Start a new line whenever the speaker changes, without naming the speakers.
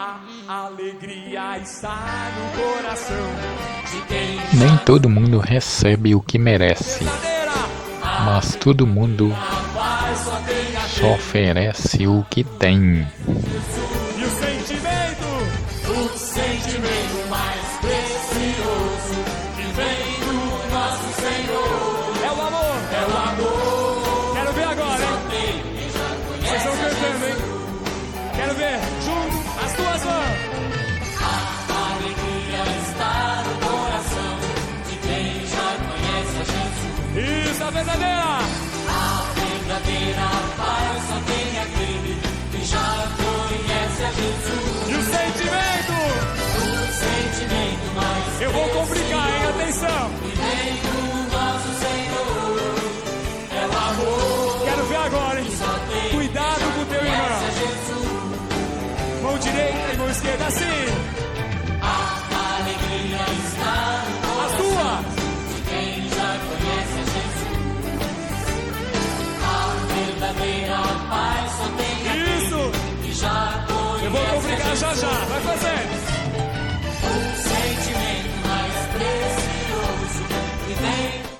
A alegria está no coração de quem
Nem todo mundo recebe o que merece,
verdadeira.
mas todo mundo
A paz só tem a
só oferece o que tem.
E o sentimento, o sentimento mais precioso que vem do nosso Senhor. É o amor, é o amor. Quero ver agora, hein? Vocês estão cantando, hein? Quero ver, junto, as duas mãos. Isso, a verdadeira! E o sentimento? O sentimento mais. Eu vou complicar, hein? Atenção! E vem do nosso Senhor. É o amor. Quero ver agora, hein? Cuidado com o teu irmão. Mão direita e mão esquerda, assim. A alegria está no A tua. Isso! Eu vou complicar já já, vai fazendo!